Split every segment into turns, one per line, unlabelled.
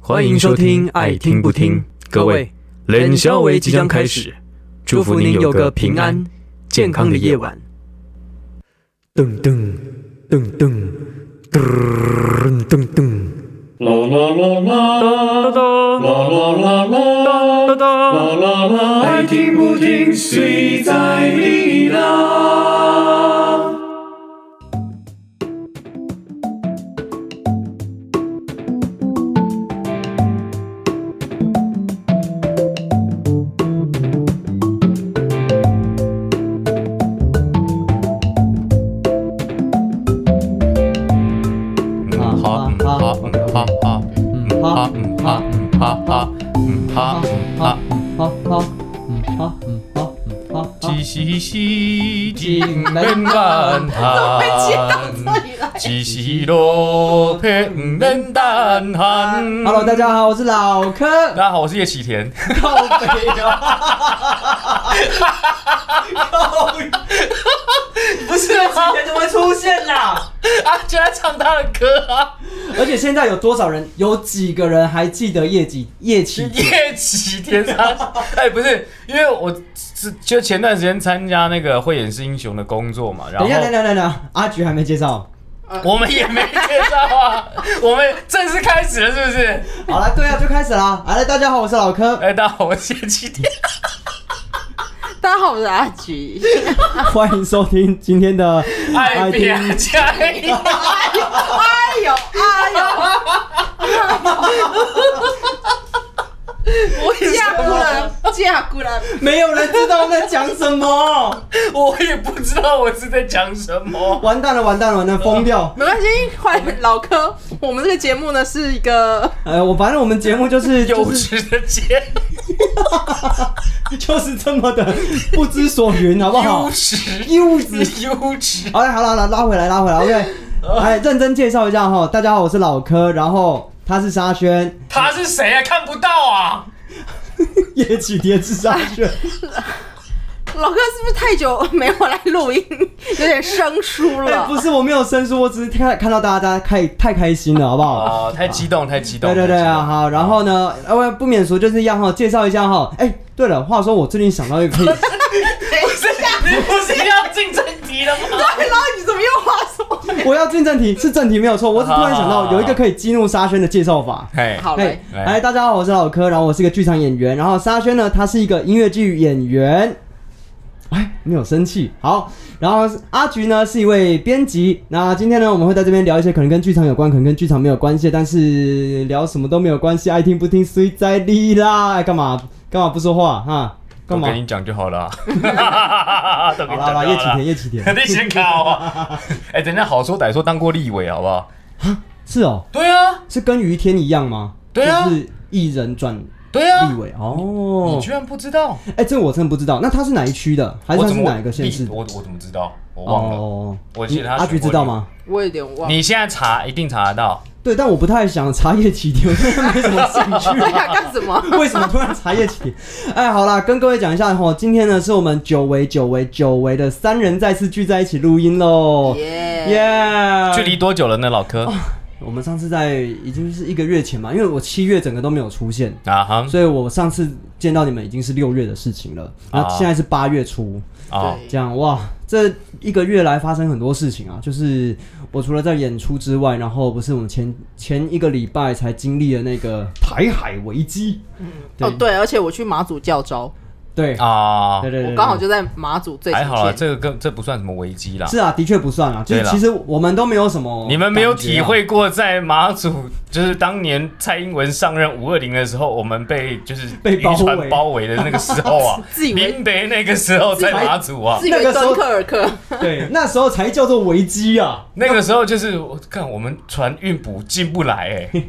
欢迎收听《爱听不听》，各位，冷消维即将开始，祝福您有个平安、健康的夜晚。
噔噔噔噔噔噔噔，
啦啦啦啦，啦啦啦啦，啦啦啦，爱听不听，谁在你那？
嗯哈嗯哈嗯哈哈嗯哈嗯哈嗯哈哈嗯哈嗯哈，
好好，嗯好，嗯好，嗯好，
一时西尽免感叹，一啊时落魄不免胆寒。
Hello，大家好，我是老柯。
大家好，我是叶启田。
靠北啊！靠北！不是之前怎么会出现啦？
啊，居然唱他的歌啊！
而且现在有多少人，有几个人还记得叶几叶启田？
叶启田他，哎，不是，因为我是就前段时间参加那个慧眼是英雄的工作嘛，然
等
后
一下，等一下，等一下，阿菊还没介绍。
我们也没介绍啊，我们正式开始了，是不是？
好了，对啊，就开始啦。好了，大家好，我是老柯，
哎，大家好，我是叶启 田。
大家好，我是阿菊。
欢迎收听今天的
爱比加一，
哎呦哎呦，
为
嫁
什
姑
么？
了，嫁姑了。
没有人知道我们在讲什么。
我也不知道我是在讲什么。
完蛋了，完蛋了，完蛋了，疯掉！
没关系，欢迎老柯。我们这个节目呢是一个
呃，我反正我们节目 就是
幼
就是
稚的节，
就是这么的不知所云，好不好
幼？稚，
柚子。
幼稚。
好了，好了，好了，拉回来，拉回来，OK。哎，认真介绍一下哈，大家好，我是老柯，然后他是沙宣，
他是谁啊？看不到啊！
叶启田是沙宣，
老柯，是不是太久没有来录音，有点生疏
哎
了？
不是我没有生疏，我只是看看到大家太太开心了，好不好？
哦，太激动，太激动。
对对对
太激动
啊，！好，然后呢，呃，我不免俗就是一样哈，介绍一下哈，哎，对了，话说我最近想到一个可以，
不是， 你不是要进正题了吗？
对，然后哎你怎么又话说？
我要进正题，是正题没有错，我只突然想
好好好
到有一个可以激怒沙宣的介绍法，
哎，
好嘞
嘿，，
来
哎，大家好，我是老柯，然后我是一个剧场演员，然后沙宣呢，他是一个音乐剧演员。哎，没有生气，好。然后阿菊呢是一位编辑，那今天呢我们会在这边聊一些可能跟剧场有关，可能跟剧场没有关系，但是聊什么都没有关系，爱听不听随在你啦。哎干嘛干嘛不说话哈？干
都
嘛
跟？你讲就好了啊。都
好
跟你
啦好啦，
讲
叶
就
启
好
田，
了。
叶启田，
你先搞啊！ 哎，等一下好说歹说当过立委好不好？
是哦，
对啊，
是跟于天一样吗？
对啊
就是艺人转
对啊
立，委哦
你。居然不知道？
哎，这我真的不知道，那他是哪一区的？还是
我
他
怎
是
么
哪一个县市
立
的？
我我怎么知道？我忘了。
哦
我记得他
阿菊
选过
知道吗？
我有点忘。
你现在查一定查得到，
对，但我不太想茶叶起点，我真的没什么兴
对
趣。
啊，干什么？
为什么突然茶叶起点？哎，好啦，跟各位讲一下哈，今天呢是我们久违、久违、久违的三人再次聚在一起录音喽。耶、
耶！
距离多久了呢，老
哦
柯？
我们上次在已经是一个月前嘛，因为我七月整个都没有出现，
啊哈，
所以我上次见到你们已经是六月的事情了。然后
啊
现在是八月初，
哦，
这样哇，这一个月来发生很多事情啊，就是我除了在演出之外，然后不是我们前前一个礼拜才经历了那个台海危机，
哦，对，而且我去马祖教招，
对对
啊
对，对对，
我刚好就在马祖最前
还好了，
线。，
这个跟这不算什么危机啦。
是啊，的确不算啊，就
对
是
啦
其实我们都没有什么、
你们没有体。会过，在马祖就是当年蔡英文上任五二零的时候，我们被就是
被包围
渔船包围的那个时候啊
自以为
林北那个时候在马祖啊，
自以为
那个时候
敦刻尔克，
啊 对，那时候才叫做危机啊！
那个时候就是我看我们船运补进不来哎、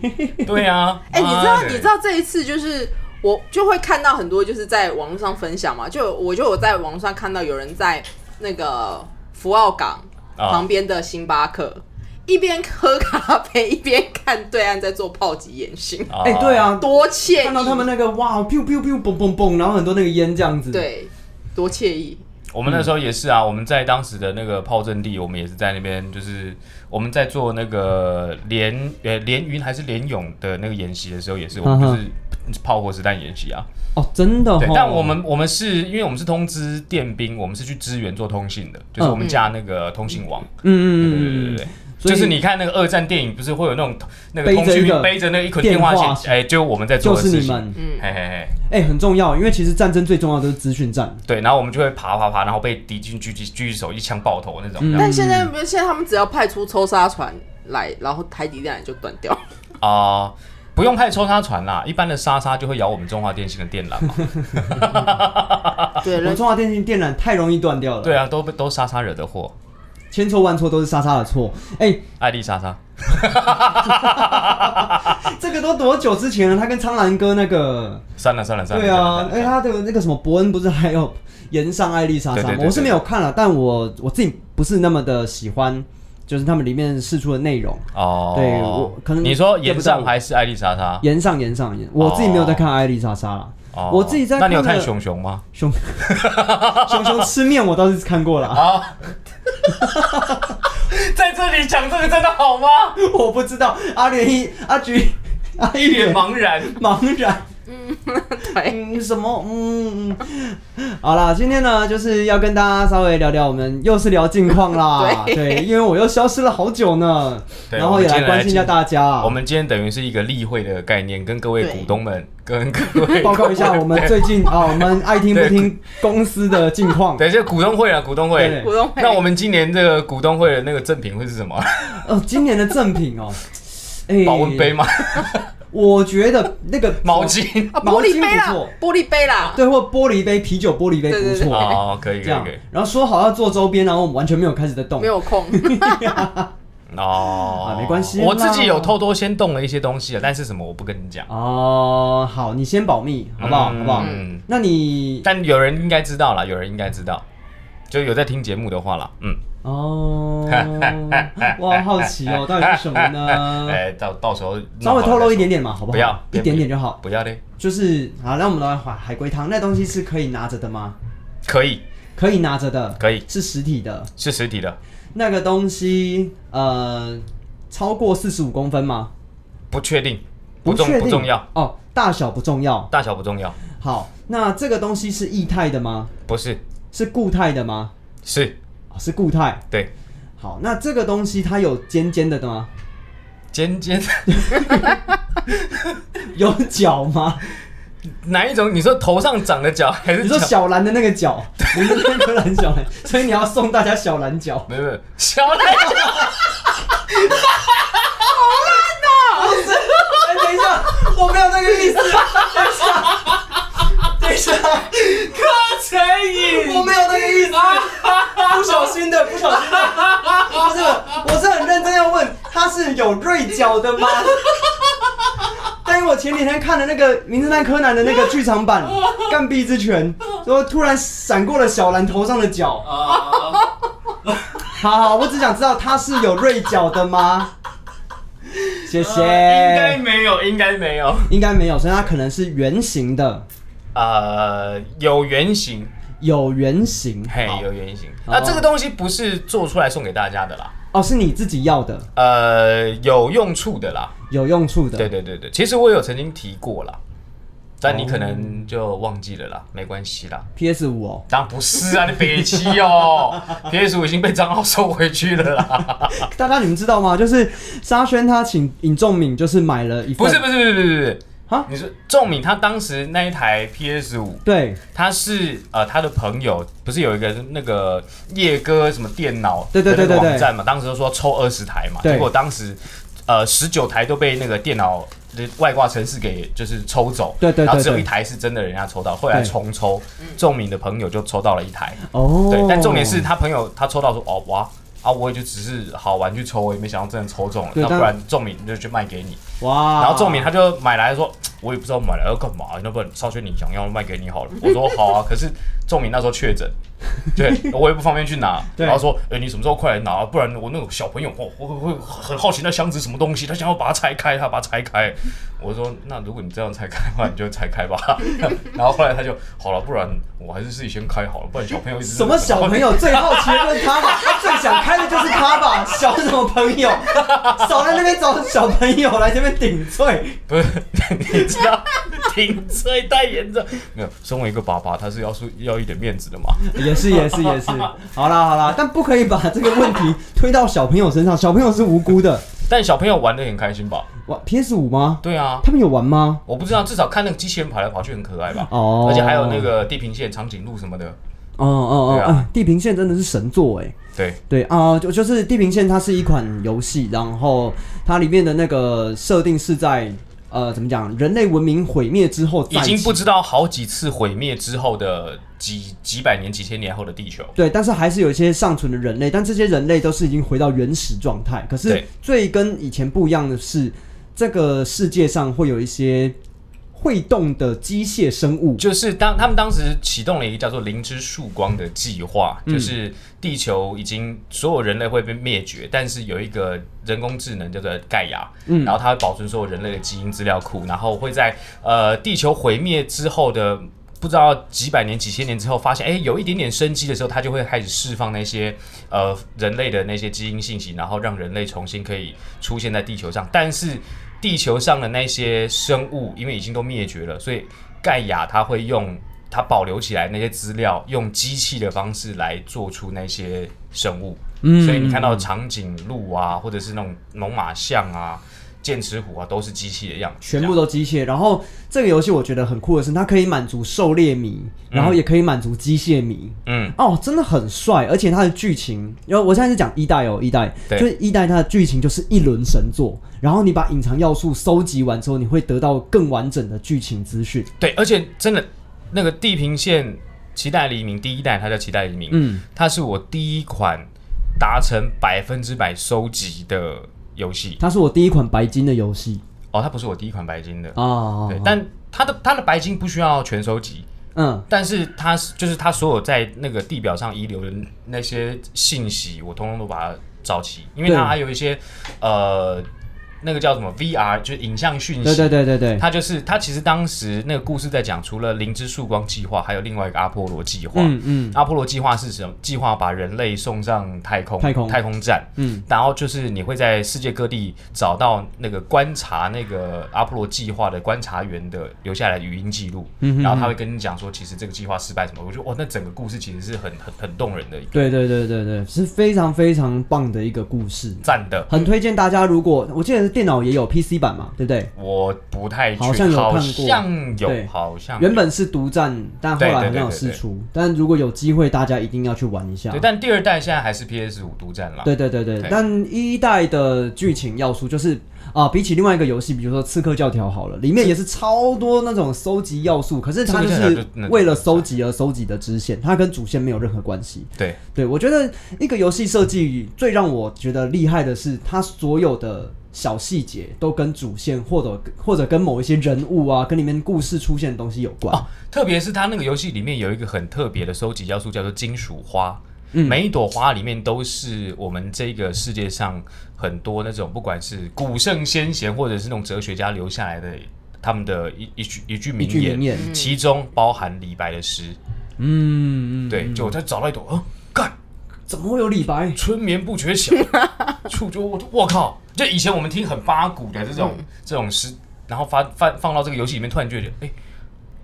对啊，
哎、你知道
妈的
你知道这一次就是我就会看到很多就是在网络上分享嘛，就我就有在网络上看到有人在那个福澳港
啊
旁边的星巴克。一边喝咖啡，一边看对岸在做炮击演训，
啊
哎、对，啊，
多惬意！
看到他们那个哇，biu biu biu，嘣嘣嘣，然后很多那个烟这样子，，
对，多惬意！
我们那时候也是啊，我们在当时的那个炮阵地，我们也是在那边，就是我们在做那个联呃联云还是联勇的那个演习的时候，也是我们
嗯
就
哼
是炮火实弹演习啊。
哦，真的、哦
对，但我们我们是因为我们是通知电兵，我们是去支援做通信的，就是我们架那个通信网。对对对
嗯嗯嗯嗯，
对对。
所以
就是你看那个二战电影，不是会有那种那个
背着
通讯
一个
兵背着那一捆
电
电话
话
线，哎，就我们在做
就
的
是
事
你
情。
们，
嗯，
嘿嘿嘿，
哎、很重要，因为其实战争最重要的就是资讯战，
对，然后我们就会爬爬爬，然后被敌军狙击狙击手一枪爆头那种。
嗯
但现在不是现在他们只要派出抽沙船来，然后海底电缆就断掉。
啊、不用派抽沙船啦，一般的沙沙就会咬我们中华电信的电 缆嘛。
对，
我们
人
中华电信电缆太容易断掉了，
嗯对，啊，都被都沙沙惹的祸，
千错万错都是莎莎的错。哎、
艾丽莎莎。啊
这个都多久之前啊了？他跟苍兰哥那个，
算了算了算了。
对啊，哎、
算了算了
他的那个什么伯恩不是还有演上艾丽莎莎
对对
吗
对？对
我是没有看了，但我我自己不是那么的喜欢，就是他们里面试出的内容。
哦，
对我可能
你说
对
岩
不到
上还是艾丽莎莎？
言上言上言，我自己没有在看艾丽莎莎啦。
啊哦
我自己在
那
看
你有看
的
熊熊吗？
熊熊熊吃面，我倒是看过 了，
啊，在这里讲这个真的好吗？
我不知道阿莲一阿菊阿
一脸
莲
茫然。
茫然。
对，，
嗯，什么？嗯，嗯 好啦，今天呢，就是要跟大家稍微聊聊，我们又是聊近况啦对
对
因为我又消失了好久呢，
对
然后也来关心一下大家，啊
我们今天等于是一个例会的概念，跟各位
对
股东们，跟各 位
报告一下我们最近啊，我 们爱听不听公司的近况，
对，这股东会啊，股东会
对。
股东会
那我们今年这个股东会的那个赠品会是 什么？
哦，今年的赠品 哦，哎
保 温杯吗？
我觉得那个
毛巾？
啊，
毛
玻璃
巾
杯啦
不错，，
玻璃杯啦，
对，或玻璃杯，啤酒玻璃杯
对对
不
对
错，
哦，可以
这
可以
样
可以。，
然后说好要做周边，然后我们完全没有开始在动，
没有空。
哦
啊没关系啦
我自己有偷偷先动了一些东西啊，但是什么我不跟你讲，
哦，好，你先保密，好不好？
嗯
好不好？
嗯
那你
但有人应该知道啦，有人应该知道，就有在听节目的话啦，嗯，
哦， 哇，好奇哦，到底是什么呢？
哎，到到时候
呃稍微透露一点点
点，
嘛，好不好？
不要
一点点就好。
不要嘞，
就是好，那我们来海海龟汤，那东西是可以拿着的吗？
可以
可以拿着的，
可以
是实体的。
是实体的，
那个东西，呃，超过四十五公分吗？
不确定，不重
确定
不重要，
哦，大小不重要。
大小不重要，
好，那这个东西是液态的吗？
不是
是固态的吗？
是，
哦，是固态。
对，
好，那这个东西它有尖尖的吗？
尖尖
有角吗？
哪一种？你说头上长的角还是
你说
角？
小蓝的那个角，我们那个蓝小蓝，所以你要送大家小蓝角。
没有没有，小蓝角。
哎，等一下，我没有那个意思。等一下，
柯晨宇，
我没有那个意思，不小心的，不小心的。 不是，我是很认真要问，它是有锐角的吗？ 但因为我前几天看了那个《名侦探柯南》的那个剧场版 《干臂之拳》，然后突然闪过了小兰头上的角。
啊
好好，我只想知道它是有锐角的吗？谢谢。
呃应该没有，应该没有。
应该没有，所以它可能是圆形的，
呃，有原型，
有圆形。
嘿
好，
有原型。
哦
那这个东西不是做出来送给大家的啦，
哦，是你自己要的，
呃，有用处的啦。
有用处的。
对对对对，其实我有曾经提过啦，但你可能就忘记了啦，没关系啦。
，PS 五哦，
当然不是啊，你北七哦，PS 五已经被张浩收回去了啦。
大家你们知道吗？就是沙宣他请尹仲敏，就是买了一份，
不是不是不是不是不是
啊。
你说仲敏他当时那一台 PS 五，
对
他是呃他的朋友，不是有一个那个夜歌什么电脑
对对对
的那个
对对
网站嘛？当时就说抽二十台嘛，
对
结果当时呃十九台都被那个电脑的外挂城市给就是抽走，
对对对
然后只有
对
一台是真的人家抽到，后来重抽，仲敏的朋友就抽到了一台，
哦，
对，但重点是他朋友他抽到说哦哇。啊，我也就只是好玩去抽，我也没想到真的抽中了。
对
那
但
不然仲敏就去卖给你，
哇，
然后仲敏他就买来说，我也不知道买来要干嘛，那不然少轩你想要卖给你好了。我说好啊，可是仲敏那时候确诊，对我也不方便去拿。
对
然后说，哎、你什么时候快来拿，不然我那个小朋友哦，我会会很好奇那箱子什么东西，他想要把它拆开，他把它拆开。我说那如果你这样才开的话，你就才开吧。然后后来他就好了，不然我还是自己先开好了，不然小朋友一直
什么小朋友最好奇的就是他吧， 最想开的就是他吧，小什么朋 友，少在那边找小朋友来这边顶罪，
不是，你知道顶罪太严重。没有，身为一个爸爸，他是要说要一点面子的嘛。
也是也是也是， 好啦好啦，但不可以把这个问题推到小朋友身上，小朋友是无辜的。
但小朋友玩的很开心吧？
哇，PS 五吗？
对啊，
他们有玩吗？
我不知道，至少看那个机器人跑来跑去很可爱吧。
哦
而且还有那个地平线、长颈鹿什么的。
哦哦
对
哦，
啊
啊，地平线真的是神作哎。
对，
对啊、就就是《地平线》，它是一款游戏，然后它里面的那个设定是在呃，怎么讲？人类文明毁灭之后
已
再起，
经不知道好几次毁灭之后的几几百年、几千年后的地球。
对，但是还是有一些尚存的人类，但这些人类都是已经回到原始状态。可是
对
最跟以前不一样的是，这个世界上会有一些会动的机械生物。
就是当他们当时启动了一个叫做“灵之曙光”的计划，就是地球已经所有人类会被灭绝，但是有一个人工智能叫做盖亚，然后它会保存所有人类的基因资料库，然后会在呃地球毁灭之后的。不知道几百年、几千年之后，发现哎、有一点点生机的时候，它就会开始释放那些呃人类的那些基因信息，然后让人类重新可以出现在地球上。但是地球上的那些生物，因为已经都灭绝了，所以盖亚他会用他保留起来那些资料，用机器的方式来做出那些生物。
嗯
所以你看到长颈鹿啊，或者是那种猛犸象啊、剑齿虎啊，都是机器的样子。
全部都机械。然后这个游戏我觉得很酷的是，它可以满足狩猎迷，然后也可以满足机械迷。
嗯，
哦，真的很帅，而且它的剧情，然后我现在是讲一代哦，一代
对
就是一代，它的剧情就是一轮神作，然后你把隐藏要素收集完之后，你会得到更完整的剧情资讯。
对，而且真的那个地平线《期待黎明》第一代，它叫《期待黎明》，
嗯，
它是我第一款达成百分之百收集的游戏。
它是我第一款白金的游戏
哦，它不是我第一款白金的，
啊
对，但它的它的白金不需要全收集，
嗯，
但是它是就是它所有在那个地表上遗留的那些信息，我通通都把它找齐，因为
对
它还有一些呃那个叫什么 VR，就是影像讯息。
对对对对对，
它就是它其实当时那个故事在讲，除了灵之曙光计划，还有另外一个阿波罗计划。
嗯嗯
阿波罗计划是什么？计划把人类送上太空，
太空
太空站。
嗯，
然后就是你会在世界各地找到那个观察那个阿波罗计划的观察员的留下来的语音记录，
嗯
然后他会跟你讲说，其实这个计划失败什么。我觉得哇，那整个故事其实是很很很动人的，
对对对对对，是非常非常棒的一个故事，
赞的。
很推荐大家。如果我记得是电脑也有 PC 版嘛，对不对？
我不太确
好像有看过
好像
对
有，好像有
原本是独占，但后来好像有
对对对对
释
对
出。但如果有机会，大家一定要去玩一下
对，。但第二代现在还是 PS 五独占啦。
对对对对
对，
但一代的剧情要素就是啊、比起另外一个游戏，比如说《刺客教条》好了，里面也是超多那种收集要素，可是它就
刺客教条
是
就那
为了收集而收集的支线，它跟主线没有任何关系。
对
对我觉得一个游戏设计最让我觉得厉害的是，它所有的小细节都跟主线或者或者跟某一些人物啊，跟里面故事出现的东西有关。
哦，特别是它那个游戏里面有一个很特别的收集要素，叫做金属花。
嗯
每一朵花里面都是我们这个世界上很多那种，不管是古圣先贤或者是那种哲学家留下来的他们的一一句一句名
一句
言，
名言
其中包含李白的诗。
嗯，嗯
对，就我才找到一朵，啊，干，
怎么会有李白？
春眠不觉晓，触觉我我靠！就以前我们听很八股的这种、这种诗，然后发发放到这个游戏里面，突然觉得，哎、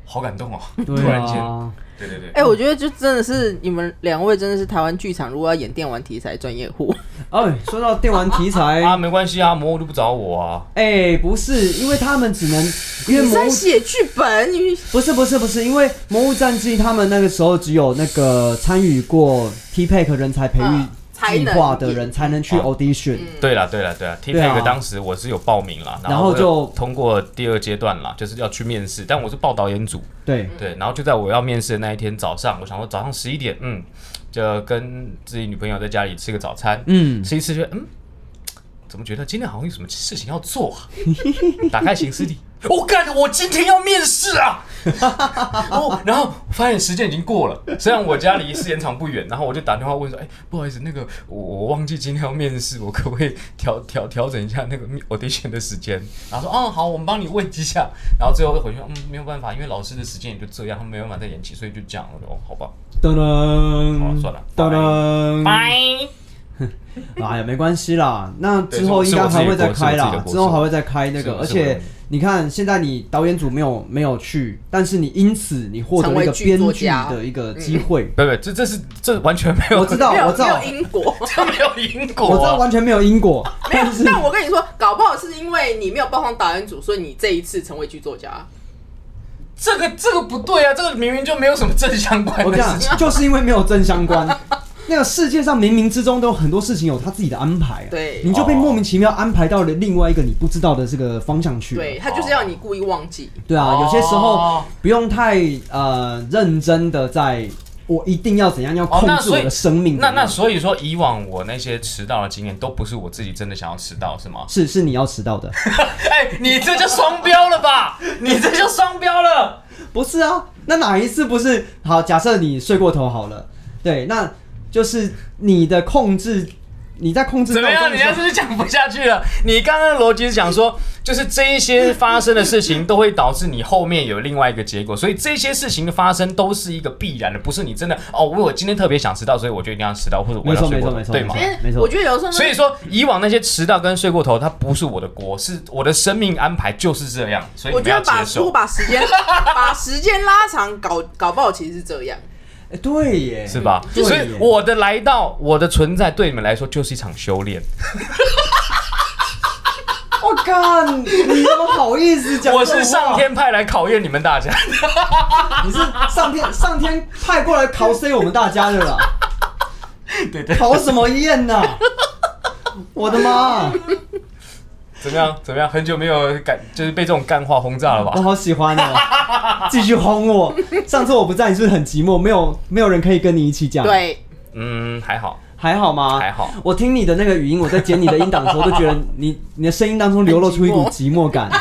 好感动哦！ 突
对
然间，
啊，
对对对。
哎、我觉得就真的是你们两位真的是台湾剧场，如果要演电玩题材专业户，
哎，说到电玩题材
啊，没关系啊，魔物都不找我啊。
哎、不是，因为他们只能，因为
你
魔
在
物
写剧本，你
不是不是不是，因为魔物战记他们那个时候只有那个参与过 TPEC 人才培
嗯
育
才
计
能嗯
划的人才能去 audition，、
对了对了对了
对啊
，TPEG 当时我是有报名了，
然后
我有
就
通过第二阶段啦，就是要去面试，但我是报导演组，
对，
对，然后就在我要面试的那一天早上，我想说早上十一点，嗯，就跟自己女朋友在家里吃个早餐，
嗯，
吃一吃觉得嗯，怎么觉得今天好 哦像有什么事情要做啊？打开行事历，我干，我今天要面试啊！ 哦，然后发现时间已经过了，虽然我家离试验场不远，然后我就打电话问说，哎、不好意思，那个我我忘记今天要面试，我可不可以调调调整一下那个 audition 的时间？然后说，哦，好，我们帮你问一下。然后最后回去，嗯，没有办法，因为老师的时间也就这样，他们没有办法再延期，所以就这样。我说，哦，好吧，
噔
好了
噔，
嗯算了
噔噔，
拜。
哎呀，没关系啦，那之
对
后
是
应该
我自己
还会
的
再
锅是
开
我自己的
啦，
锅
之后
是
还
我
会再开那个，
是
而
是我的
且你看，现在你导演组没有没有去，但是你因此你获得
成
了
为
一个
剧
编
作
剧
家嗯
的一个机会，
不不，这这是这完全没有，
我知道
没有
我知道
没有因 果。
这没有因果、啊，
我知道完全没有因果，
没有
但是，
但我跟你说，搞不好是因为你没有报上导演组，所以你这一次成为剧作家。
这个这个不对啊，这个明明就没有什么正相关
我
的
跟你
事情。
讲，就是因为没有正相关。那个世界上冥冥之中都有很多事情有他自己的安排、啊，
对
你就被莫名其妙安排到了另外一个你不知道的这个方向去了。
对他就是要你故意忘记。
对啊，有些时
哦
候不用太呃认真的在，我一定要怎样要
哦
控
那
制
所以
我的生命怎
那
么
那
样？
所以说，以往我那些迟到的经验都不是我自己真的想要迟到，是吗
是是你要迟到的，
哎、你这就双标了吧？你这就双标了。
不是啊？那哪一次不是？好，假设你睡过头好了，对，那就是你的控制，你在控制
怎么
闹
样？
钟
你
的时候
要是不是讲不下去了？你刚刚的逻辑是讲说，就是这一些发生的事情都会导致你后面有另外一个结果，所以这些事情的发生都是一个必然的，不是你真的哦，我今天特别想迟到，所以我就一定要迟到，或者我
没
要
错
睡过头
没错
对
没
吗
错
因？为
哦没错
我觉得有时候
所以
那
说，以往那些迟到跟睡过头，它不是我的锅，是我的生命安排就是这样，所以
我
你们
觉
要
得把
接
如果
受，
把时间把时间拉长，搞搞不好其实是这样。
哎对耶，
是吧？
对耶
所以我的来到，我的存在，对你们来说就是一场修炼。
我靠，你怎么好意思讲？
我是上，天派来考验你们大家，
你是上天上天派过来考碎我们大家的啦，
对对，
考什么验呐、我的妈！
怎么样？怎么样？很久没有感，就是被这种干话轰炸了
我
吧？
好喜欢哦，继续轰我。上次我不在，你是不是很寂寞？没有没有人可以跟你一起讲，，
对，
嗯，还好，
还好吗？
还好。
我听你的那个语音，我在剪你的音档的时候，都觉得你你的声音当中流露出一股
很
寂寞感。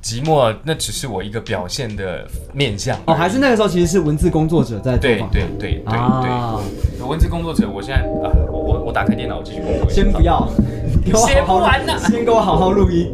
寂寞那只是我一个表现的面相。
哦，还是那个时候其实是文字工作者在做
对
访谈
对对对
啊
对，，文字工作者，我现在啊，我我我打开电脑，我继续工作。
先不要，给我好好
写不完呢
先给我好好录音。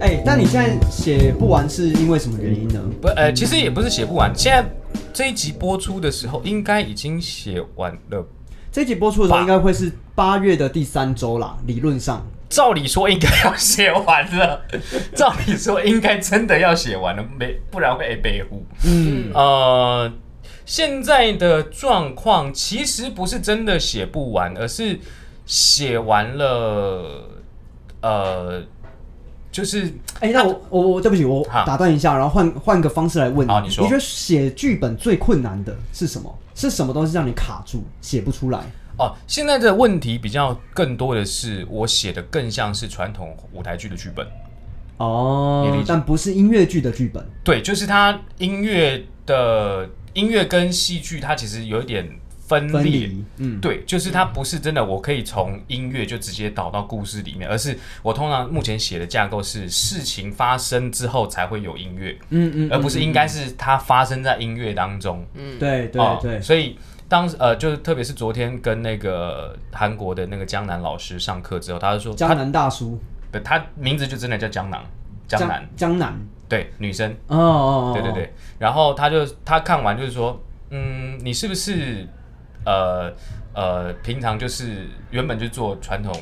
哎，那你现在写不完是因为什么原因呢？
不，呃，其实也不是写不完。现在这一集播出的时候，应该已经写完了。
这集播出的时候应该会是八月的第三周啦，理论上。
照理说应该要写完了，照理说应该真的要写完了，没不然会被糊。
嗯，
呃，现在的状况其实不是真的写不完，而是写完了，呃，就是
哎，那我我我对不起，我
啊好
打断一下，然后换换个方式来问
好你说
觉得写剧本最困难的是什么？是什么东西让你卡住，写不出来？
哦，现在的问题比较更多的是，我写的更像是传统舞台剧的剧本。你
哦
理解
但不是音乐剧的剧本。
对，就是它音乐的音乐跟戏剧，它其实有一点分
分
裂。
离，嗯，
对，就是它不是真的，我可以从音乐就直接导到故事里面，而是我通常目前写的架构是事情发生之后才会有音乐，
嗯嗯，
而不是应该是它发生在音乐当中。
嗯对
哦
对对，
所以当时呃，就是特别是昨天跟那个韩国的那个江南老师上课之后，他就说
江
他
南大叔，
对他名字就真的叫江南，江南
江南，
对女生。
哦哦，哦
对对，对，然后他就他看完就是说，嗯，你是不是呃呃平常就是原本就做传统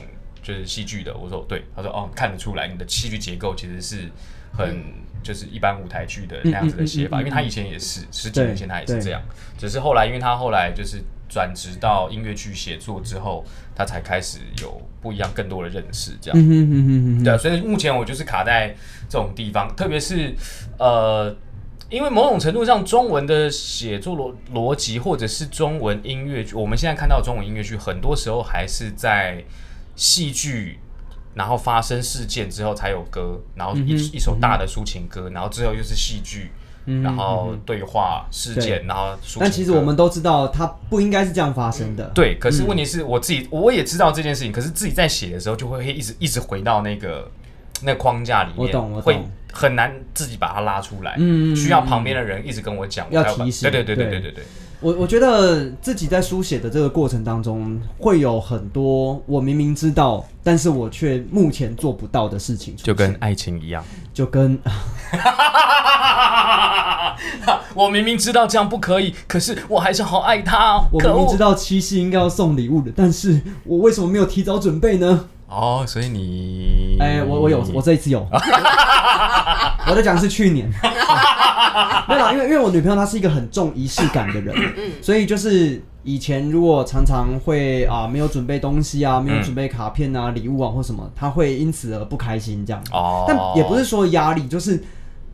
就是戏剧的？我说对，他说哦看得出来你的戏剧结构其实是很、就是一般舞台剧的那样子的写法，
嗯嗯嗯嗯嗯嗯
因为他以前也是十几年前他也
对
是这样，只是后来因为他后来就是转职到音乐剧写作之后，他才开始有不一样更多的认识这样。
嗯哼哼哼哼，
对啊，所以目前我就是卡在这种地方，特别是呃，因为某种程度上，中文的写作逻逻辑，或者是中文音乐剧，我们现在看到的中文音乐剧，很多时候还是在戏剧。然后发生事件之后才有歌，然后一、
嗯哼
一首大的抒情歌，然后之后又是戏剧，
嗯
然后对话事件，然后抒情歌
但其实我们都知道，它不应该是这样发生的。
对，可是问题是我自己我也知道这件事情，可是自己在写的时候就会一直一直回到那个那框架里面，
我懂我懂
会很难自己把它拉出来，
嗯嗯嗯
需要旁边的人一直跟我讲，我
要
才有办
提醒
对对对
对
对对对
我我觉得自己在书写的这个过程当中，会有很多我明明知道，但是我却目前做不到的事情出现，
就跟爱情一样。
就跟 啊
我明明知道这样不可以，可是我还是好爱他、哦。
我
可
明明
恶
知道七夕应该要送礼物的，但是我为什么没有提早准备呢？
哦，所以你
哎、我我有，我这一次 有。我在讲是去年， 没有啦，因为因为我女朋友她是一个很重仪式感的人，
嗯
所以就是以前如果常常会啊没有准备东西啊，
嗯
没有准备卡片啊、礼物啊或什么，她会因此而不开心这样。
哦，
但也不是说压力，就是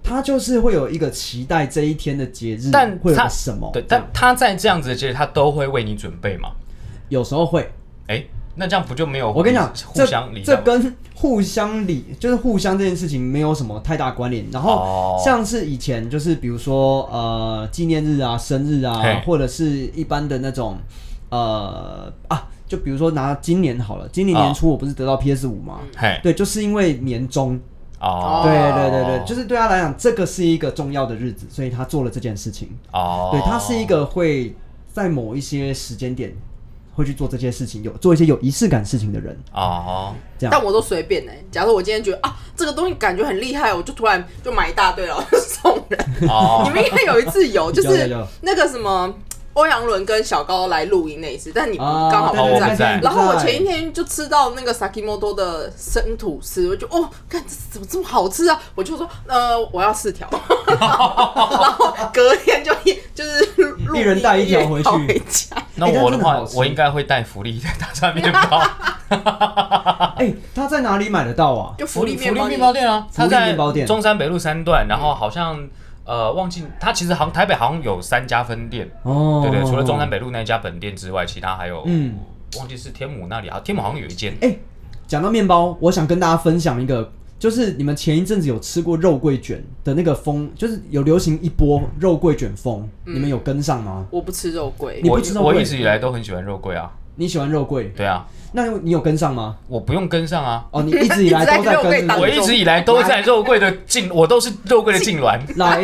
她就是会有一个期待这一天的节日，
但
会有
她
什么？
对，但他在这样子的节日，他都会为你准备嘛？
有时候会，
哎、那这样不就没有
我跟你讲，
哦互
这
相理解
这
吗
跟互相理就是互相这件事情没有什么太大关联。然后
哦
像是以前就是比如说呃纪念日啊、生日啊
嘿，
或者是一般的那种呃啊，就比如说拿今年好了，今年
哦
年初我不是得到 PS 五吗？
嘿
对，就是因为年终，
哦，
对对对对，就是对他来讲，这个是一个重要的日子，所以他做了这件事情。
哦，
对，他是一个会在某一些时间点会去做这些事情，有做一些有仪式感事情的人。
哦，
这样
但我都随便呢、假如我今天觉得啊，这个东西感觉很厉害，我就突然就买一大堆，然后就 送人。你
哦，
们应该有一次有，就
有有
是
有
那个什么欧阳伦跟小高来录音那一次，但你不
啊，
刚好
对对
不
对
我
在
不。在
然后我前一天就吃到那个 Sakimoto 的生吐司，我就哦，看这怎么这么好吃啊！我就说，呃，我要 四条，然后隔天就一就是录
一人带一条回去
一人带一条回家
那
欸但
我的
真的
话
好，吃
我应该会带福利的大餐 面包，
哎、他在哪里买得到啊？
就福利面
福
包
利面包店啊，
福
他
利
在
面包店
中山北路三段，然后好像呃忘记，他其实好像台北好像有三家分店，
哦，
对对，除了中山，北路那一家本店之外，其他还有，
嗯，
忘记是天母那里啊，天母好像有一间，
哎、讲到面包，我想跟大家分享一个，就是你们前一阵子有吃过肉桂卷的那个风，就是有流行一波肉桂卷风，
嗯
你们有跟上吗？
我不吃肉桂
你，不
我
知道
我
贵
一直以来都很喜欢肉桂啊，
你喜欢肉桂，
对啊，
那你有跟上吗？
我不用跟上啊，
哦，你一直以来都
一直在
在
肉桂
跟
打
上
我一直以来都在肉桂的痉，我都是肉桂的痉挛。
来，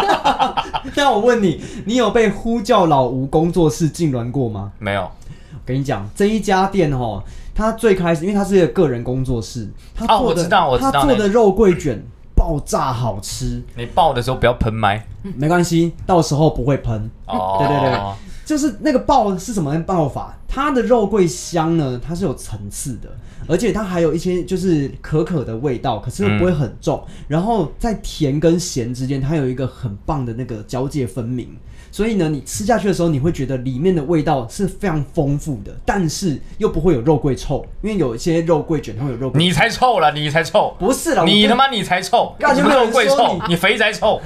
那我问你，你有被呼叫老吴工作室痉挛过吗？
没有
我跟你讲，这一家店哦，它最开始因为它是一个个人工作室，它
哦
做的、
我知道我知道
它做的肉桂卷爆炸好吃，
你爆的时候不要喷麦
没关系，到时候不会喷。
哦。
对对对就是那个爆是什么爆法？它的肉桂香呢，它是有层次的，而且它还有一些就是可可的味道，可是又不会很重。然后在甜跟咸之间，它有一个很棒的那个交界分明。所以呢，你吃下去的时候，你会觉得里面的味道是非常丰富的，但是又不会有肉桂臭，因为有一些肉桂卷它会有肉桂。
你才臭了，你才臭，
不是啦，
你
我
他妈你才臭，
干
你
就没有
肉
人
桂
说
臭
你，
你肥宅臭，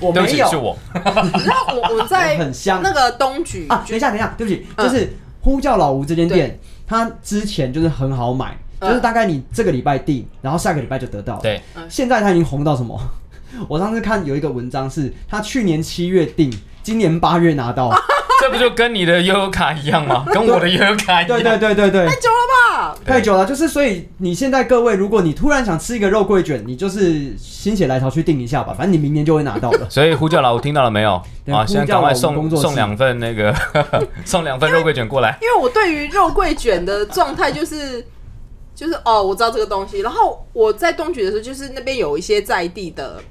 我
对不
没
起，
有
是我。
然后我我 在
很香
那个东局
啊，等一下，等一下，对不起，
嗯
就是呼叫老吴这间店，它之前就是很好买，
嗯
就是大概你这个礼拜订，然后下个礼拜就得到。，
对，
现在它已经红到什么？ 我上次看有一个文章是，他去年七月订，今年八月拿 到。
哎
这不就跟你的悠悠卡一 样吗？跟我的悠悠卡一样。。
对对对对对，
太久了吧？
太久了，就是所以你现在各位，如果你突然想吃一个肉桂卷，你就是心血来潮去订一下吧，反正你明年就会拿到 的
所以呼叫老吴听到了没有？
对
啊，
呼
现在
叫
赶
老
快
吴工
送
作室
送两份那个， 送两份肉桂卷过来。
因为我对于肉桂卷的状态就是。就是哦，我知道这个东西。然后我在东局的时候，就是那边有一些在地的，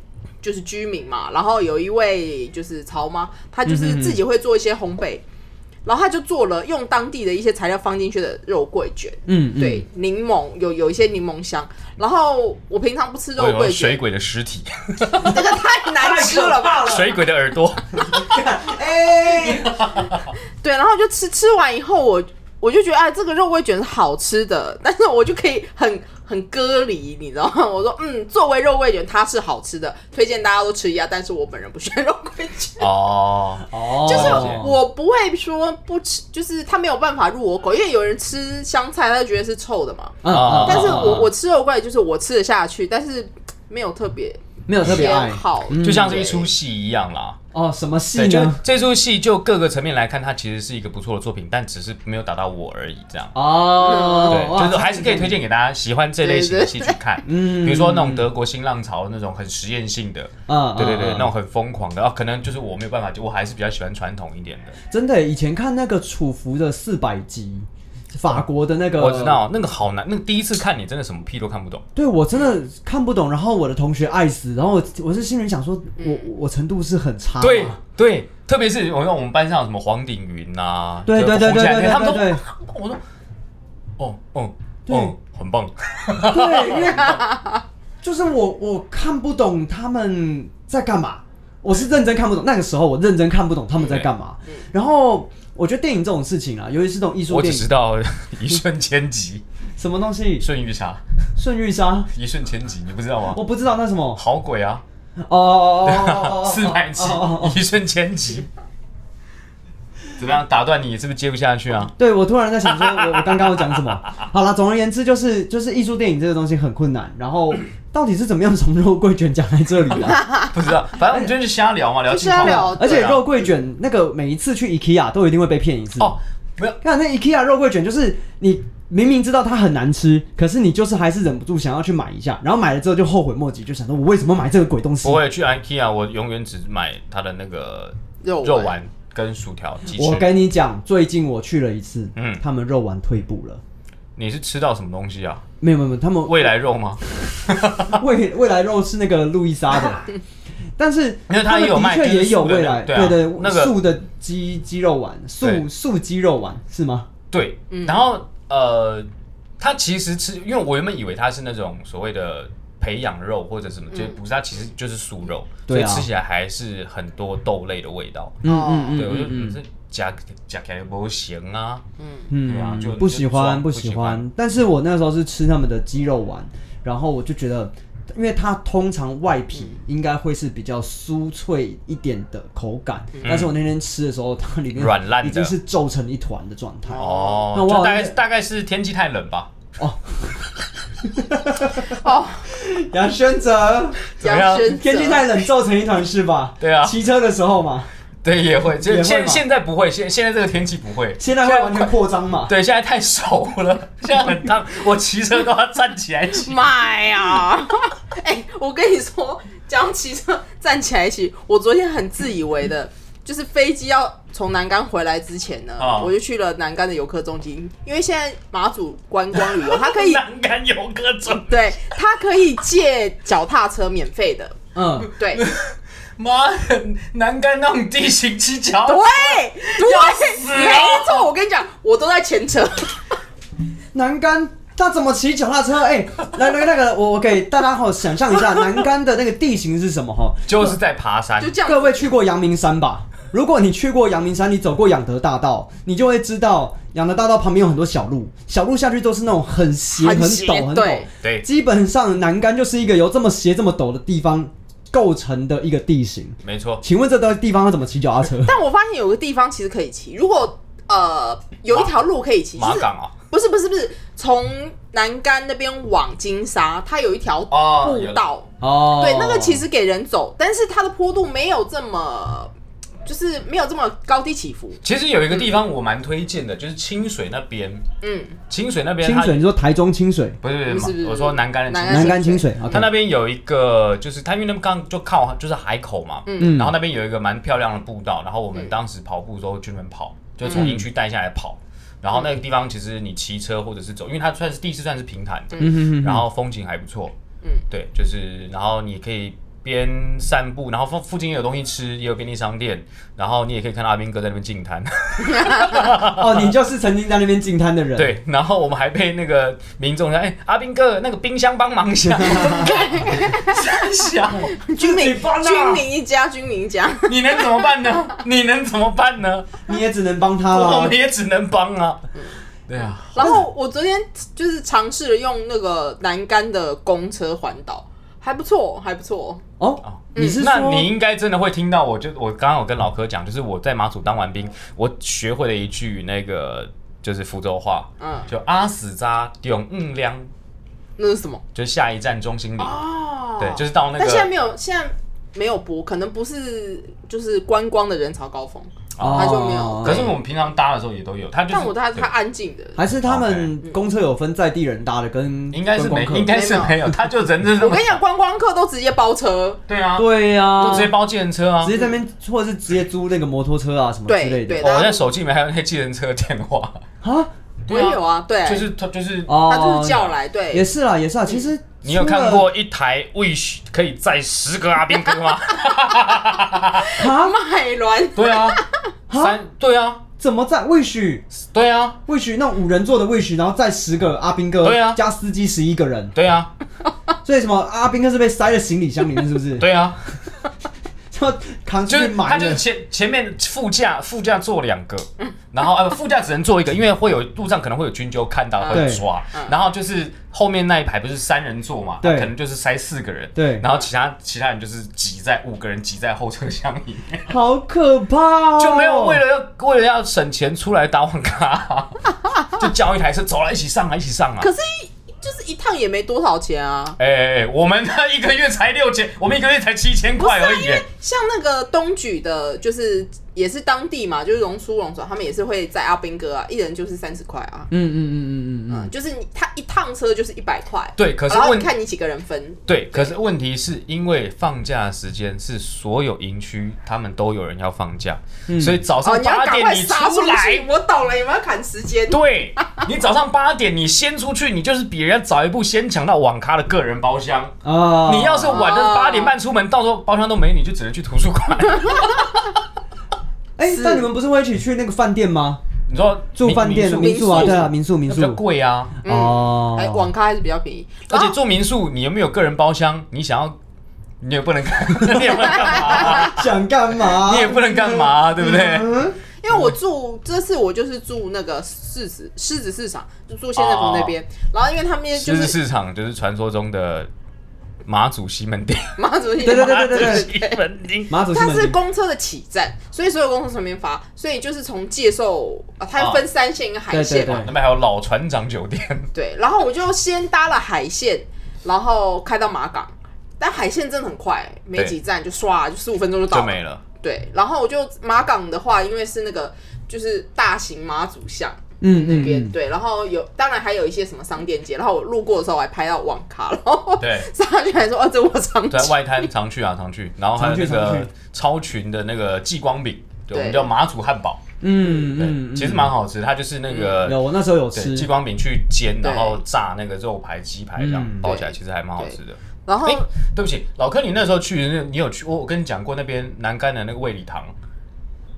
就是居民嘛。然后有一位就是曹妈，她就是自己会做一些烘焙，然后她就做了用当地的一些材料放进去的肉桂卷，
嗯，嗯，
对，柠檬有有一些柠檬香。然后我平常不吃肉
我有
桂
水
卷，
鬼的尸体，
这个太难吃了吧？
水鬼的耳朵。
哎
对，然后就吃吃完以后我，我就觉得哎，这个肉桂卷是好吃的，但是我就可以很很割离，你知道吗？我说嗯，作为肉桂卷它是好吃的，推荐大家都吃一下，但是我本人不喜欢肉桂 卷。
哦，
哦，
就是
哦
我不会说不吃，就是它没有办法入我口，因为有人吃香菜，他就觉得是臭的嘛。
嗯，嗯
啊
但是
啊啊
我我吃肉桂，就是我吃得下去，但是没有特别
没有特别爱嗯
偏好，
就像是一出戏一样啦。
哦，什么戏
对，就
呢？
这出戏就各个层面来看，它其实是一个不错的作品，但只是没有打到我而已，这样。
哦，
对，
哇
就是还是可以推荐给大家喜欢这类型的戏去 看，
嗯
比如说那种德国新浪潮那种很实验性的，
嗯
对对对，
嗯
那种很疯狂的，哦，可能就是我没有办法，就我还是比较喜欢传统一点的。
真的耶，以前看那个《楚服》的四百集，法国的那个，
我知，道那个好难，那个第一次看你真的什么屁都看不懂，
对我真的看不懂。然后我的同学爱死，然后我我是心里想说，我我程度是很差吗，
对对，特别是我说我们班上有什么黄鼎云呐，
对
就
对对
洪
对
家
对对
他们都
对，
我说，哦哦
对
哦，很棒，
对，因为 就是我我看不懂他们在干嘛，我是认真看不懂。那个时候我认真看不懂他们在干嘛。然后我觉得电影这种事情啊，尤其是这种艺术
我只
电
知
影，
道 一瞬千吉，
什么东西
瞬玉茶，
顺玉莎，
一瞬千吉，你不知道吗？
我不知道那什么
好鬼啊！
哦哦哦哦哦哦，
四百集
哦哦哦，
一瞬千集。怎么样？打断你是不是接不下去啊？
对，我突然在想说我，我刚刚我讲什么？好了，总而言之就是就是艺术电影这个东西很困难，然后到底是怎么样从肉桂卷讲来这里的、
不知
啊
道，反正我们今天就瞎聊嘛，
哎
聊近况
就瞎聊
而且
对啊
肉桂卷那个每一次去 IKEA 都一定会被骗一次。
哦，没有，
看那 IKEA 肉桂卷，就是你明明知道它很难吃，可是你就是还是忍不住想要去买一下，然后买了之后就后悔莫及，就想说我为什么买这个鬼东西？
不会去 IKEA，我永远只买它的那个
肉
肉丸跟薯条鸡
我
翅。
跟你讲，最近我去了一次，
嗯
他们肉丸退步了。
你是吃到什么东西啊？
没有没有，没有他们
未来肉吗？
未未来肉是那个路易莎的，但是
因为
他
它
们
也有
的
卖
确
就是
也有
素的
未
那
来，
对啊
对，
那个
素的鸡鸡肉丸，素
对
素鸡肉丸是吗？
对，
嗯
然后呃，它其实吃，因为我原本以为它是那种所谓的培养肉或者什么，就
嗯
不是，它其实就是素肉，所
对
以
啊
吃起来还是很多豆类的味道。
嗯嗯
对，我就
嗯嗯
这夹夹起来不行啊，对啊
嗯
就
嗯，不喜
就
欢
爽
不
不
喜
喜
欢
欢。
但是我那时候是吃他们的鸡肉丸，然后我就觉得，因为它通常外皮应该会是比较酥脆一点的口感，但是我那天吃的时候，它里面
嗯软烂的
已经是皱成一团的状 态。
哦，
那我好
就大概
像
大概是天气太冷吧。
哦，
杨轩哲，
怎么
杨
样
轩
天气太冷，皱成一团是吧？
对啊
骑车的时候嘛，
对，也会，
也
就
会
现
嘛
现在不会，现现在这个天气不会，
现在会完全扩张嘛。
对，现在太熟了，现在很烫，我骑车都要站起来
嗯
骑。
妈呀！ 哎、我跟你说，讲到骑车站起来骑，我昨天很自以为的，就是飞机要从南竿回来之前呢，
哦
我就去了南竿的游客中心，因为现在马祖观光旅游，它可以，
栏杆有各种，
对，它可以借脚踏车免费的，
嗯，
对，对，
妈的，栏杆那种地形七巧，
啊
对，没错，我跟你讲，我都在前车，
南竿他怎么骑脚踏车？哎、来来那个，我我给大家好想象一下南竿的那个地形是什么哈？
就是在爬山
就。这样，
各位去过阳明山吧？如果你去过阳明山，你走过养德大道，你就会知道养德大道旁边有很多小路，小路下去都是那种很斜、
很
很
斜
陡、很陡
对。
对，
基本上南竿就是一个由这么斜、这么陡的地方构成的一个地形。
没错，
请问这个地方要怎么骑脚踏车？
但我发现有个地方其实可以骑，如果呃有一条路可以骑，就
马
是
港啊，
不是不是不是，从南竿那边往金沙，它有一条
哦
步道，
哦
对，那个其
实
实给人走，但是它的坡度没有这么，就是没有这么高低起伏。
其实有一个地方我蛮推荐的，就是清水那边，
嗯，
清水那边
清
它
水，你说台中清水、
不是
不
不
是不
是，
是
我说栏杆的
栏
清
那
南竿清
清
水
水
，OK，
它 那边有一个，就是它因为那边刚就靠就是海口嘛，
嗯
然后那边有一个蛮漂亮的步道，然后我们当时跑步的时候专门跑，就从营区带下来跑。然后那个地方其实你骑车或者是走，因为它算是地势算是平坦
嗯
的，然后风景还不错，
嗯
对，就是然后你可以边散步，然后附附近也有东西吃，也有便利商店，然后你也可以看到阿兵哥在那边进摊，
哦，你就是曾经在那边进摊的人。
对，然后我们还被那个民众说，哎，阿兵哥那个冰箱帮忙一下，想
军民
帮啊
军民一家，军民一家，
你能怎么办呢？你能怎么办呢？
你也只能帮他
哦我
了
们。也只能帮啊。对啊，
然后我昨天就是尝试了用那个南竿的公车环岛，还不错，还不错。
哦，你是
嗯那
说
你应该真的会听到，我就我刚刚有跟老柯讲，就是我在马祖当完兵，我学会了一句那个就是福州话，
嗯，
就阿死扎永嗯亮，
那是什么？
就是下一站中心里。
哦，哦，
对，就是到那
但现在
个
没有，现在没有播，可能不是就是观光的人潮高峰，
哦
他就没有。
可是我们平常搭的时候也都有，他就是
但我他
对
他安静的，
还是他们公厕有分在地人搭的跟
哦嗯应该是没，
观光客
应该是没有，他就人真的那
我
么
跟你讲，观光客都直接包车，
对啊，
对呀、
都直接包计程车啊
直。接在那边，或者是直接租那个摩托车啊什么之类
对
的
对，
哦我
大
在
家
手机里面还有那些计程车电话，
啊，
我也有啊，对，
就是哦他就是
哦，
他就是叫来，
也
对，
是啦，也是啦。其实
嗯你有
除了
看过一台 Wish 可以载十个阿兵哥吗？
啊？
卖卵，
对啊， 三对啊，
怎么在魏许
对啊，
魏许那五人座的魏许，然后再十个阿兵哥，
对啊
加司机十一个人，
对啊，
所以什么阿兵哥是被塞在行李箱里面，是不是？，
对啊，
要扛出
就
去
是他
埋
就是
的。
前前面副驾副驾坐两个，然后呃副驾只能坐一个，因为会有路上可能会有军纠看到会
对
抓
嗯，
然后就是后面那一排不是三人座嘛，
对
可能就是塞四个人，
对
然后其他其他人就是挤在五个人挤在后车厢里面，
好可怕哦！
就没有为了要为了要省钱出来打网咖，就叫一台车走了，一起上来一起上啊。
可是一就是一趟也没多少钱啊。
哎哎、哎我们那一个月才六千，我们一个月才七千块
啊
而已、
像那个东莒的，就是也是当地嘛，就是榕树榕爽，他们也是会在阿兵哥啊，一人就是三十块啊，
嗯，嗯嗯嗯嗯嗯
嗯，就是你他一趟车就是一百块，
对，可是
然后
问
你看你几个人分，
对，可是问题是因为放假时间是所有营区他们都有人要放假，所以早
哦，
上
你要
八
赶
点
快
你
杀
出
出
来，
去，我懂了，你们要赶时间，
对你早上八点你先出去，你就是比人家早一步先抢到网咖的个人包厢。
嗯
哦
啊！
你要是晚上八点半出门，到时候包厢都没，你就只能去图书馆。
哦
哎，
是
但你们不是会一起去那个饭店吗？
你说
住
民
饭店
民宿
民宿啊，
民宿
对啊，民宿民
那比较
宿
贵啊，
哦
哎，网咖还是比较便宜，
而且
然后
住民宿你有没有个人包厢？你想要，你也不能干， 你也不能干嘛，
想干嘛？ 嗯
你也不能干嘛，对不对？
因为我住这次我就是住那个市子狮子市场，就住县政府那边，然后因为他们就
狮子
是
市场就是传说中的马祖西门町，
马祖对
对对对
马祖西门町。
马祖西
它
门
是
町
公车的起站，所以所有公车上面发，所以就是从介寿，啊它分山线跟海线嘛，
对
那边还有老船长酒 店，
对。然后我就先搭了海线，然后开到马港，但海线真的很快，没
对
几站就刷，就十五分钟就到
就
了。
没了。
对，然后我就马港的话，因为是那个就是大型妈祖像
嗯
那
嗯
边，
嗯，
对，然后有当然还有一些什么商店街，然后我路过的时候我还拍到网咖，然 后
对
上去还说哦，这我常去
在外滩常去啊，常去，然后还有
常
那
去
个
常去
超群的那个寄光饼，对，
对
我们叫马祖汉堡，
嗯
对
嗯，嗯
其实蛮好吃，它就是那
有，
个
我那时候有
对
吃
寄光饼去煎，
对
然后炸那个肉排、鸡排这样
嗯
包起来，
对
其实还蛮好吃的。
然后
哎、对不起，老柯，你那时候去，那你有去？我我跟你讲过那边南干的那个卫理堂，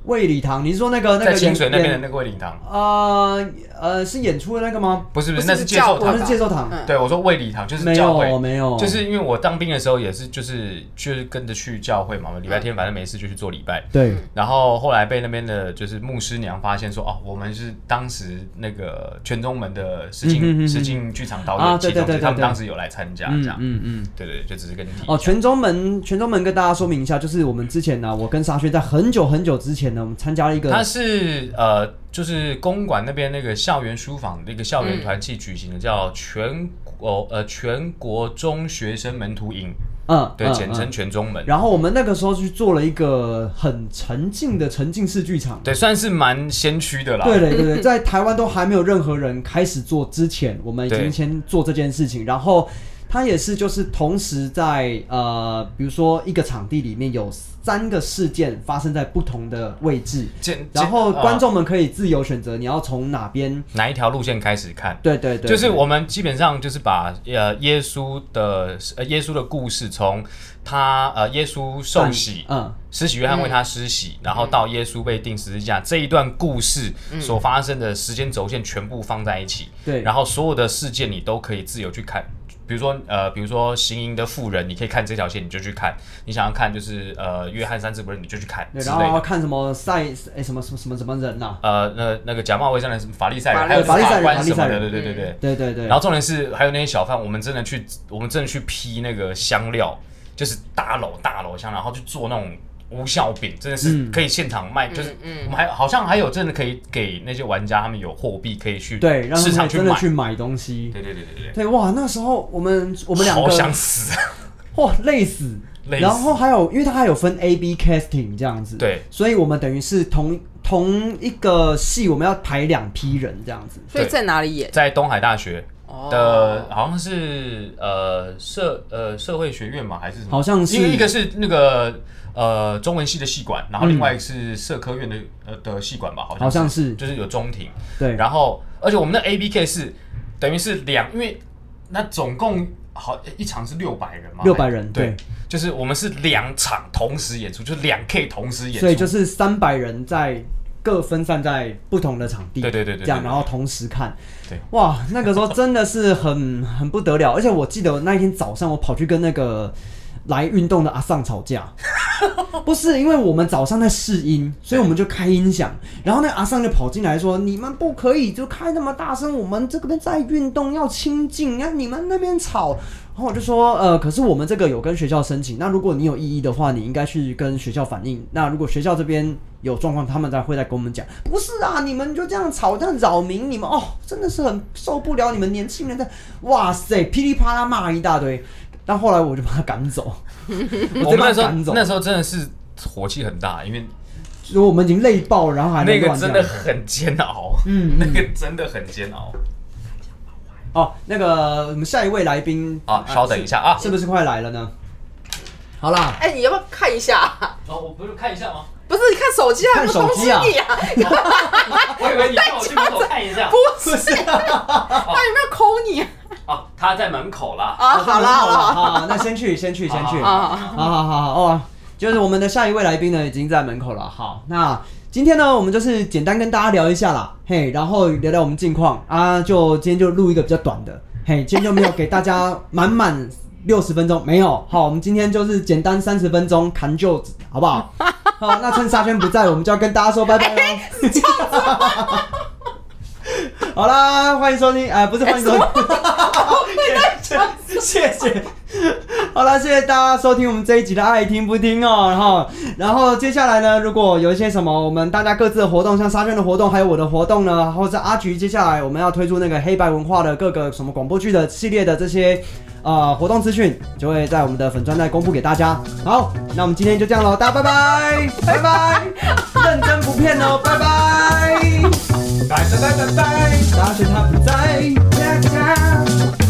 卫理堂，你是说那个那
在
个
清水那边的
演
那个卫理堂，
呃呃是演出的那个吗？
不是不
不
是，
是
那
是
是介绍
教会
我
堂
吧
是。介寿堂，啊
嗯
对，我说卫理堂就是
没
教会
有，没有，
就是因为我当兵的时候也是，就是就是跟着去教会嘛，我礼拜
嗯
天反正没事就去做礼拜。
对
然后后来被那边的就是牧师娘发现说，哦，我们是当时那个全中门的实
嗯哼哼
境
哼
实境剧场导
啊
演
对
其中
对对
之一，他们
对对
当时有来参加
嗯
这样。
嗯嗯。
对对，对就只是跟你提一下
哦，泉州门，泉州门跟大家说明一下，就是我们之前呢、我跟沙宣在很久很久之前呢，我们参加了一个
它是呃，就是公馆那边那个校园书房那个校园团契举行的，叫全国呃全国中学生门徒营，
嗯，
对，
嗯
简称
嗯
全中门。
然后我们那个时候去做了一个很沉浸的沉浸式剧场。
对，算是蛮先驱的啦。
对对对对，在台湾都还没有任何人开始做之前，我们已
对
经先做这件事情。然后它也是就是同时在呃，比如说一个场地里面有三个事件发生在不同的位置，
简，
然后
简
观、
呃
众们可以自由选择你要从哪边。
哪一条路线开始看？
对对对，
就是
对
我们基本上就是把呃耶稣的呃耶稣的故事从他呃耶稣受洗，
嗯，
施洗约翰为他施洗，然后到耶稣被钉十字架这一段故事所发生的时间轴线全部放在一起，
嗯对，
然后所有的事件你都可以自由去看。比如说，呃，比如说行淫的妇人，你可以看这条线，你就去看；你想要看就是呃约翰三世不是，你就去看
对，
之
然后
类
要
的。
看什么赛哎什么什么什么什么人啊呐、
呃，那那个假冒伪善的什么法利赛人，
法利
还有
法利赛
法
人
官
法利
什么
赛
的，
人
对对对对。
对对对，
然后重点是还有那些小贩，我们真的去，我们真的去批那个香料，就是大篓大篓香，然后去做那种无效饼，真的是
嗯
可以现场卖，就是我们还好像还有真的可以给那些玩家他们有货币可以去
对，让
市
他
场
们
去
真的
买，
去买东西。
对对对对对，
对，哇，那时候我们我们两
好想
个
死啊，
哇，累死。
累死
然后还有，因为它还有分 A、B casting 这样子，
对
所以我们等于是同同一个戏，我们要排两批人这样子。
所以在哪里演？
在东海大学
哦
的，好像是呃社呃社会学院嘛，还是什么
好像是
因为一个是那个呃中文系的系馆，然后另外一个是社科院的、呃的系馆吧，好像
好像是
就是有中庭，
对，
然后而且我们的 A B K 是等于是两，因为那总共好一场是六百人嘛，
600人
对，
对
就是我们是两场同时演出，就是两 K 同时演出，
所以就是三百人在各分散在不同的场地，
对对对对对
这样
对
然后同时看。
对，
哇，那个时候真的是很很不得了，而且我记得那一天早上我跑去跟那个来运动的阿尚吵架，不是因为我们早上在试音，所以我们就开音响，然后那阿尚就跑进来说：“你们不可以就开那么大声，我们这边在运动要清静，啊，你们那边吵。”然后我就说：“呃，可是我们这个有跟学校申请，那如果你有异议的话，你应该去跟学校反映。那如果学校这边有状况，他们再会再跟我们讲。不是啊，你们就这样吵，这样扰民，你们哦，真的是很受不了你们年轻人的，哇塞，噼里啪啦骂一大堆。但后来我就把他赶走，
我
直接
们
把
那
他
时候
赶走。
那时候真的是火气很大，因为
所以我们已经累爆了，然后还
那
能
个
乱讲
真的很煎熬，
嗯
那个真的很煎熬
哦，那个我们下一位来宾
啊！稍等一下啊
是，不是快来了呢？好啦，
哎，你要不要看一下？
哦，我不是看一下吗？
不是，你看手机还
啊看
不
手
通
机
知
啊
你啊？他有
啊我以为你叫我去门口看一 下
不是
没有抠你啊？
啊，他在门口啦。
啊好啦好
了
啦好啦，
好啦，那先去先去先去，
好
好
啊，
好好好哦，就是我们的下一位来宾呢已经在门口了。好，那今天呢我们就是简单跟大家聊一下啦，嘿，然后聊聊我们近况啊，就今天就录一个比较短的，嘿，今天就没有给大家满满。六十分钟没有，好，我们今天就是简单三十分钟砍就好不好？好，那趁沙宣不在，我们就要跟大家说拜拜喽。 好啦，欢迎收听，呃，不是欢迎收听， 谢谢。 好啦，谢谢大家收听我们这一集的《爱听不听》哦，然后，然后接下来呢，如果有一些什么我们大家各自的活动，像沙宣的活动，还有我的活动呢，或者阿菊，接下来我们要推出那个黑白文化的各个什么广播剧的系列的这些呃活动资讯，就会在我们的粉专再公布给大家。好，那我们今天就这样喽，大家拜拜，拜拜，认真不骗哦，拜拜。
拜拜拜拜拜。
大学他不在，恰恰。